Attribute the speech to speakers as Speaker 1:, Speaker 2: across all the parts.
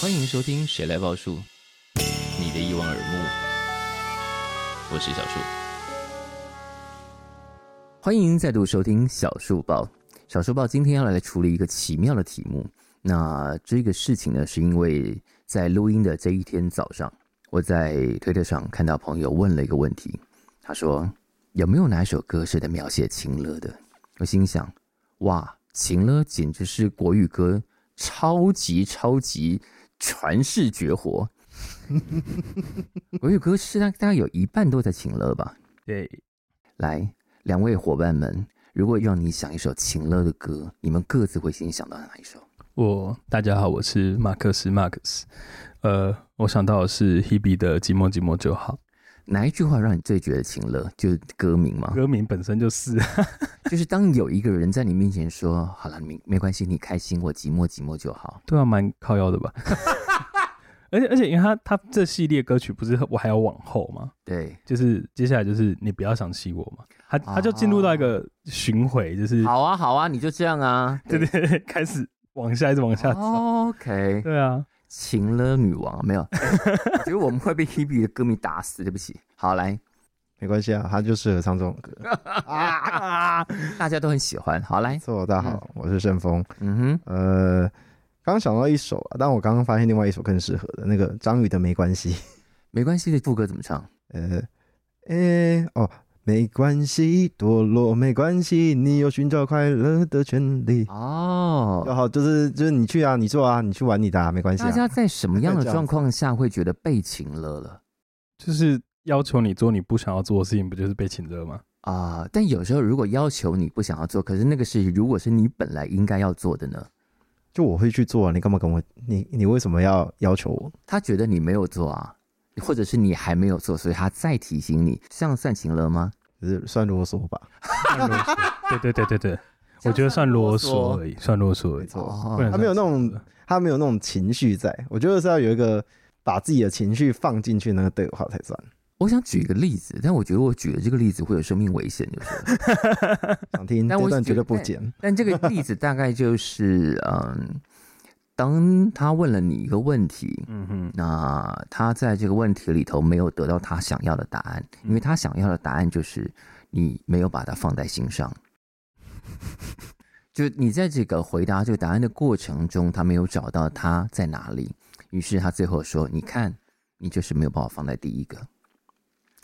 Speaker 1: 欢迎收听《谁来报数》，你的一望而目，我是小树。欢迎再度收听小树报。小树报今天要来处理一个奇妙的题目。那这个事情呢，是因为在录音的这一天早上，我在推特上看到朋友问了一个问题，他说有没有哪一首歌是在描写情勒的？我心想，哇，情勒简直是国语歌超级超级传世绝 活。国语歌是大大概有一半都在情勒吧？
Speaker 2: 对，
Speaker 1: 来，两位伙伴们，如果让你想一首情乐的歌，你们各自会先想到哪一首？
Speaker 2: 我大家好，我是马克思马克思。呃，我想到的是 Hebe 的《寂寞寂寞就好
Speaker 1: 哪一句话让你最觉得情乐？就是歌名》，吗？
Speaker 2: 歌名本身就是。
Speaker 1: 就是当有一个人在你面前说：“好了，没没关系，你开心，我寂寞寂寞就好。
Speaker 2: 对啊，蛮靠腰的 吧？而且而且，因为他他这系列歌曲不是我还要往后吗？”
Speaker 1: 对，
Speaker 2: 就是接下来就是你不要想起我嘛，他他就进入到一个巡回，就是
Speaker 1: 好啊，好啊，你就这样啊。
Speaker 2: 对对对，开始往下一直往下走。
Speaker 1: ，OK，
Speaker 2: 对啊，
Speaker 1: 情乐女王 没有？我觉得我们会被 Hebe 的歌迷打死，对不起。好，来，
Speaker 3: 没关系啊，他就适合唱这种歌。
Speaker 1: 大家都很喜欢。好，来，
Speaker 3: 错，大家好，我是盛峰。
Speaker 1: 嗯
Speaker 3: 呃，刚想到一首啊，但我刚刚发现另外一首更适合的，那个张宇的《没关系》。
Speaker 1: 哼，没关系的副歌怎么唱？
Speaker 3: 呃，诶、哦，没关系，堕落没关系，你有寻找快乐的权利。
Speaker 1: 哦，
Speaker 3: 然后就是就是你去啊，你做啊，你去玩你的、啊，没关系
Speaker 1: 大
Speaker 3: 啊
Speaker 1: 家。在什么样的
Speaker 3: 这样
Speaker 1: 状况下会觉得被情了了
Speaker 2: 就是要求你做你不想要做的事情，不就是被请热 吗？
Speaker 1: 啊、但有时候如果要求你不想要做，可是那个是如果是你本来应该要做的呢，
Speaker 3: 就我会去做、啊，你干嘛跟我？你你为什么要要求我？
Speaker 1: 他觉得你没有做啊，或者是你还没有做，所以他再提醒你，这样算情了吗？
Speaker 3: 就是算啰嗦吧。
Speaker 2: 算啰嗦对对对对对，我觉得算啰嗦而已，算啰嗦而已。
Speaker 1: 哦
Speaker 2: 不能
Speaker 3: 他啊没有那
Speaker 2: 算
Speaker 3: 种他没有那种情绪在，我觉得是要有一个把自己的情绪放进去那个对话才算。
Speaker 1: 我想举一个例子，但我觉得我举的这个例子会有生命危险，就是 了。
Speaker 3: 想听
Speaker 1: 但我
Speaker 3: 这段
Speaker 1: 觉
Speaker 3: 绝对
Speaker 1: 得
Speaker 3: 不剪。
Speaker 1: 但这个例子大概就是，嗯，当他问了你一个问题，
Speaker 2: 嗯哼，
Speaker 1: 那他在这个问题里头没有得到他想要的答案，因为他想要的答案就是你没有把它放在心上。 就你在这个回答这个答案的过程中，他没有找到他在哪里，于是他最后说：“你看，你就是没有把我放在第一个。”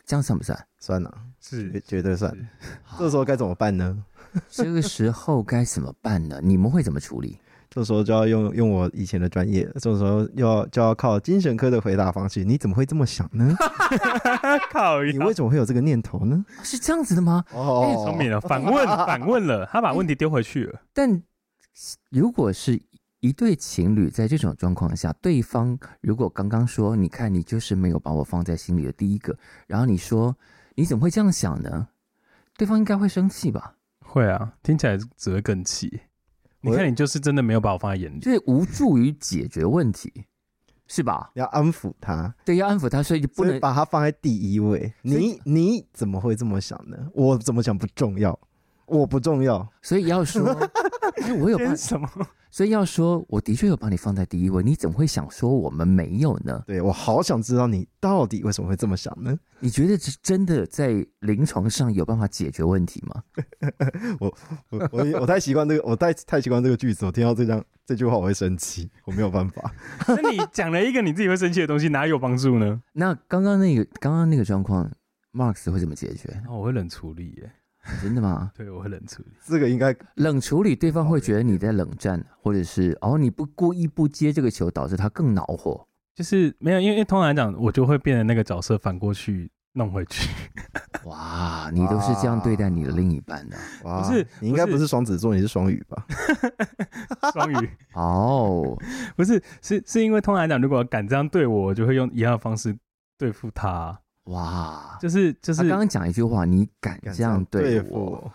Speaker 1: 这样算不算？
Speaker 3: 算了，绝
Speaker 2: 是
Speaker 3: 绝对算。这时候该怎么办呢？
Speaker 1: 这个时候该怎么办呢？你们会怎么处理？
Speaker 3: 这时候就要用用我以前的专业，这时候又要就要靠精神科的回答方式。你怎么会这么想 呢？
Speaker 2: 靠
Speaker 3: 你为什么会有这个念头呢？
Speaker 1: 啊是这样子的吗？
Speaker 3: 哦，
Speaker 2: 哎聪明了，啊反问 反问了，他把问题丢回去了。
Speaker 1: 但如果是一对情侣在这种状况下，对方如果刚刚说“你看，你就是没有把我放在心里的第一个”，然后你说“你怎么会这样想呢？”对方应该会生气吧？
Speaker 2: 会啊，听起来只会更气。
Speaker 3: 我
Speaker 2: 你看，你就是真的没有把我放在眼里。
Speaker 1: 就是无助于解决问题，是吧？
Speaker 3: 你要安抚他，
Speaker 1: 对，要安抚他，所以就不
Speaker 3: 不
Speaker 1: 能
Speaker 3: 能把他放在第一位。
Speaker 1: 所
Speaker 3: 你你怎么会这么想呢？我怎么想不重要，我不重要。
Speaker 1: 所以要 说，哎，我有把
Speaker 2: 天，什 么？
Speaker 1: 所以要说，我的确有把你放在第一位，你怎么会想说我们没有呢？
Speaker 3: 对我好想知道你到底为什么会这么想 呢？
Speaker 1: 你觉得这真的在临床上有办法解决问题吗？
Speaker 3: 我我我太习惯这个，我太太习惯这个句子，我听到这张这句话我会生气，我没有办法。
Speaker 2: 那你讲了一个你自己会生气的东西，哪有帮助呢？
Speaker 1: 那刚刚那个刚刚那个状况，Marx 会怎么解决？
Speaker 2: 哦那我会冷处理耶，
Speaker 1: 真的吗？
Speaker 2: 对我会冷处理。
Speaker 3: 这个应该
Speaker 1: 冷处理对方会觉得你在冷战，或者是哦你不故意不接这个球，导致他更恼火。
Speaker 2: 就是没有，因为因为通常来讲，我就会变成那个角色，反过去弄回 去。
Speaker 1: 哇，你都是这样对待你的另一半的
Speaker 3: 哇
Speaker 2: 不是
Speaker 3: 你应该
Speaker 2: 不
Speaker 3: 不
Speaker 2: 是
Speaker 3: 是双子座，你是双鱼吧？
Speaker 2: 双鱼
Speaker 1: 哦。
Speaker 2: 不是，是是因为通常来讲，如果敢这样对我，我就会用一样的方式对付他。
Speaker 1: 哇，
Speaker 2: 就是就
Speaker 1: 他
Speaker 2: 是
Speaker 1: 刚刚讲一句话，你敢这样
Speaker 3: 对
Speaker 1: 对我？
Speaker 3: 付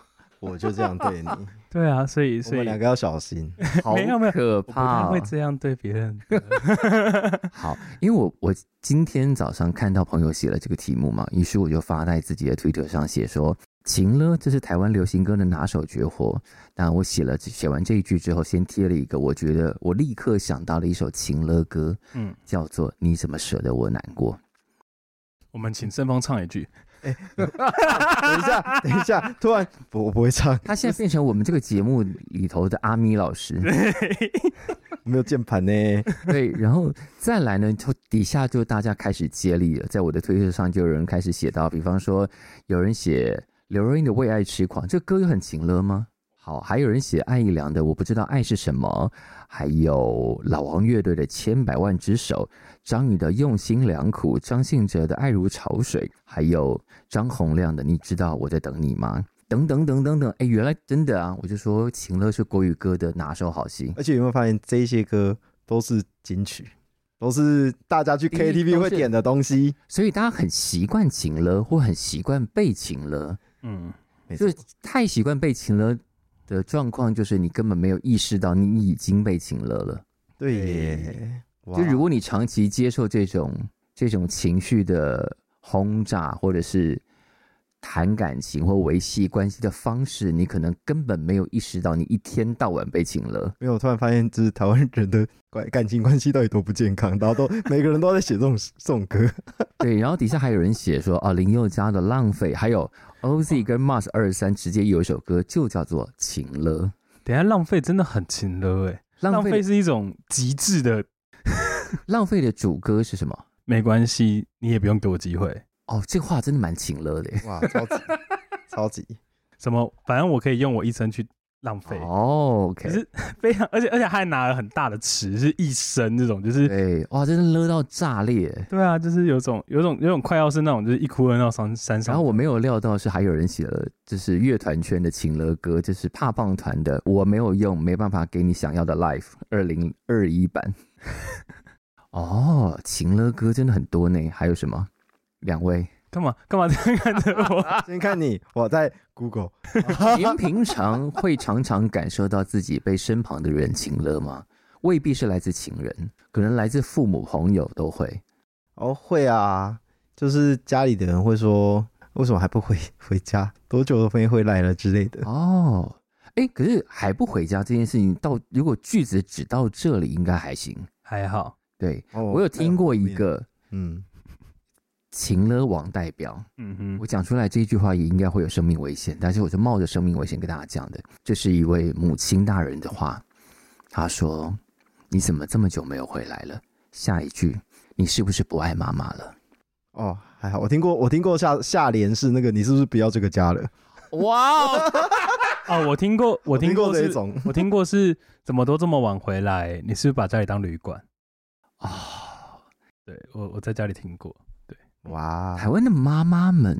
Speaker 3: 我就这样对 你，
Speaker 2: 对啊，所以
Speaker 3: 我
Speaker 2: 所以
Speaker 3: 们两个要小心。
Speaker 1: 好
Speaker 2: 没有没有
Speaker 1: 可
Speaker 2: 我不太
Speaker 1: 怕、
Speaker 2: 会
Speaker 1: 哦。
Speaker 2: 这样对别人的。
Speaker 1: 好，因为我我今天早上看到朋友写了这个题目嘛，于是我就发在自己的推特上写说：“情了，这是台湾流行歌的拿手绝活。”那我写了写完这一句之后，先贴了一个，我觉得我立刻想到了一首情了歌，
Speaker 2: 嗯，
Speaker 1: 叫做《你怎么舍得我难过》。
Speaker 2: 我们请盛峰唱一 句。
Speaker 3: 等一下，等一下，突然我我不会唱，
Speaker 1: 他现在变成我们这个节目里头的阿咪老师。
Speaker 3: 没有键盘呢。
Speaker 1: 对，然后再来呢，就底下就大家开始接力了，在我的推特上就有人开始写到，比方说有人写刘若英的《为爱痴狂》，这歌有很情了吗？好，还有人写艾怡良的《我不知道爱是什么》，还有老王乐队的《千百万之首》，张宇的《用心良苦》，张信哲的《爱如潮水》，还有张洪量的《你知道我在等你吗》。等等等等等，哎，原来真的啊！我就说情乐是国语歌的拿手好戏，
Speaker 3: 而且有没有发现这些歌都是金曲，都是大家去
Speaker 1: 第一
Speaker 3: KTV
Speaker 1: 都
Speaker 3: 会
Speaker 1: 是
Speaker 3: 点的东西？
Speaker 1: 所以大家很习惯情了，或很习惯被情了，
Speaker 2: 嗯，
Speaker 3: 没
Speaker 1: 就
Speaker 3: 错
Speaker 1: 是太习惯被情了的状况，就是你根本没有意识到你已经被情了了。
Speaker 3: 对耶。哇
Speaker 1: 就如果你长期接受这种这种情绪的轰炸，或者是谈感情或维系关系的方式，你可能根本没有意识到你一天到晚被情 了。
Speaker 3: 没有，我突然发现，就是台湾人的关 感情关系到底多不健康，然后都每个人都在写这种这种歌，
Speaker 1: 对，然后底下还有人写说啊，林宥嘉的《浪费》，还有 OZ 跟 Mars 二十三直接有一首歌就叫做《情了》，
Speaker 2: 等一下浪费真的很勤了哎，浪
Speaker 1: 浪费
Speaker 2: 费是一种极致的，
Speaker 1: 浪费的主歌是什么？
Speaker 2: 没关系，你也不用给我机会。
Speaker 1: 哦，这话真的蛮情了的耶。
Speaker 3: 哇，超级超级，
Speaker 2: 什么，反正我可以用我一生去浪费，
Speaker 1: 哦，OK，
Speaker 2: 可是 非常，而且而且还拿了很大的词，是一生这种，就是
Speaker 1: 对，哇，真的勒到炸裂。
Speaker 2: 对啊，就是有种有种有种快要是那种就是一哭二闹三三
Speaker 1: 然后
Speaker 2: 上。
Speaker 1: 我没有料到是还有人写了，就是乐团圈的情了歌，就是怕棒团的我没有用，没办法给你想要的 life 二零二一版。 哦，情了歌真的很多呢，还有什么？两 位，
Speaker 2: 干嘛干嘛 这样看着我？
Speaker 3: 先看你，我在 Google，
Speaker 1: 您平常会常常感受到自己被身旁的人情了吗？未必是来自情人，可能来自父母、朋友都会。
Speaker 3: 哦，会啊，就是家里的人会说，为什么还不回 回家？多久都没回来了之类的。
Speaker 1: 哦，哎，可是还不回家这件事情到，如果句子只到这里，应该还行。
Speaker 2: 还好，
Speaker 1: 对
Speaker 3: 哦
Speaker 1: 我有听过一，个
Speaker 3: 嗯，
Speaker 1: 情勒网代表，
Speaker 2: 嗯哼，
Speaker 1: 我讲出来这一句话也应该会有生命危险，但是我就冒着生命危险跟大家讲的，这是一位母亲大人的话。她说：“你怎么这么久没有回来了？”下一句，你是不是不爱妈妈了？
Speaker 3: 哦，还好，我听过，我听过下下联是那个，你是不是不要这个家了？
Speaker 1: 哇 哦，
Speaker 2: 哦，我听过，我
Speaker 3: 我
Speaker 2: 听
Speaker 3: 过
Speaker 2: 过
Speaker 3: 这
Speaker 2: 是
Speaker 3: 一，种，
Speaker 2: 我听过是怎么都这么晚回来，你是不是把家里当旅馆？
Speaker 1: 哦
Speaker 2: 对我我在家里听过，
Speaker 3: 哇，
Speaker 1: 台湾的妈妈们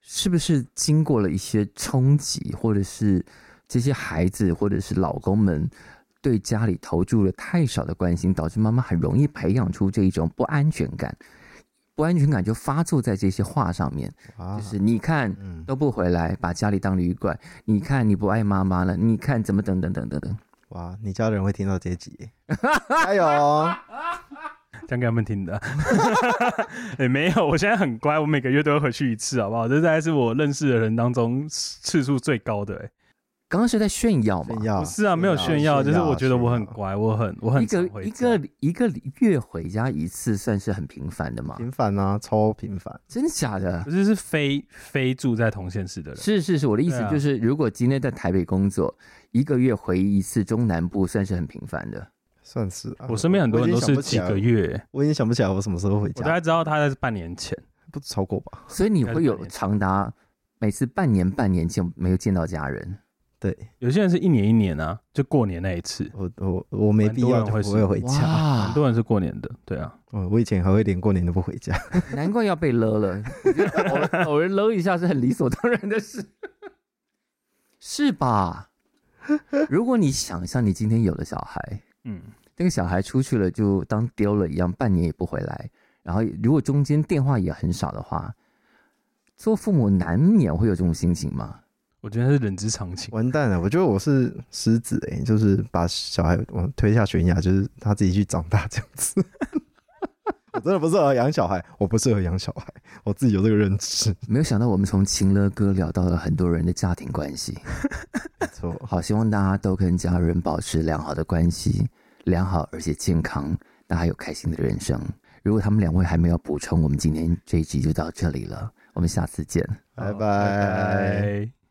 Speaker 1: 是不是经过了一些冲击，或者是这些孩子或者是老公们对家里投注了太少的关心，导致妈妈很容易培养出这一种不安全感，不安全感就发作在这些话上面，
Speaker 3: 哇
Speaker 1: 就是你看。
Speaker 3: 嗯，
Speaker 1: 都不回来，把家里当旅馆。你看，你不爱妈妈了。你看，怎么等等等等等。
Speaker 3: 哇，你家人会听到这一集耶，加 油哦！
Speaker 2: 讲给他们听的。 也、没有，我现在很乖，我每个月都会回去一次，好不好？这大概是我认识的人当中次数最高的、欸。
Speaker 1: 刚刚是在炫耀嘛
Speaker 3: 炫？耀
Speaker 2: 不是啊，没有炫耀，就是我觉得我很。乖，我很我很
Speaker 1: 一个
Speaker 2: 常回
Speaker 1: 一
Speaker 2: 家
Speaker 1: 个一个月回家一次，算是很频繁的嘛？
Speaker 3: 频繁啊，超频繁。
Speaker 1: 真的假的？
Speaker 2: 不是是非非住在同县市的人，
Speaker 1: 是是是，我的意思
Speaker 2: 对啊
Speaker 1: 就是，如果今天在台北工作，一个月回一次中南部，算是很频繁的。
Speaker 3: 算是啊。
Speaker 2: 我身边很多人都
Speaker 3: 我已
Speaker 2: 是
Speaker 3: 经想不
Speaker 2: 几
Speaker 3: 起来
Speaker 2: 个月、欸
Speaker 3: 我已经想不起来我什么时候回
Speaker 2: 我大
Speaker 3: 家，
Speaker 2: 概知道他在半年前，
Speaker 3: 不超过吧？
Speaker 1: 所以你
Speaker 2: 应该是
Speaker 1: 会
Speaker 2: 半
Speaker 1: 有
Speaker 2: 年
Speaker 1: 长达每次半年半年见没有见到家人，
Speaker 3: 对，
Speaker 2: 有些人是一年一年啊，就过年那一次，
Speaker 3: 我我我没必要
Speaker 2: 蛮多人
Speaker 3: 就
Speaker 2: 会
Speaker 3: 不会回家。哦
Speaker 2: 很
Speaker 1: 哇，
Speaker 2: 多人是过年的，对啊，
Speaker 3: 我我以前还会连过年都不回家，
Speaker 1: 难怪要被勒了。 我觉得偶尔偶尔勒一下是很理所当然的事， 是吧？ 如果你想象你今天有了小孩，
Speaker 2: 嗯，
Speaker 1: 那个小孩出去了就当丢了一样，半年也不回来。然后如果中间电话也很少的话，做父母难免会有这种心情嘛。
Speaker 2: 我我觉得是人之常情。
Speaker 3: 完蛋了，我觉得我是狮子哎、就是把小孩往推下悬崖，就是他自己去长大这样子。 我真的不适合养小孩，我不适合养小孩，我自己有这个认知。
Speaker 1: 没有想到我们从情乐歌聊到了很多人的家庭关系。
Speaker 3: 没错，
Speaker 1: 好，希望大家都跟家人保持良好的关系，良好而且健康，大家有开心的人生。如果他们两位还没有补充，我们今天这一集就到这里了，我们下次见。
Speaker 3: 拜
Speaker 2: 好拜
Speaker 3: 拜。
Speaker 2: 拜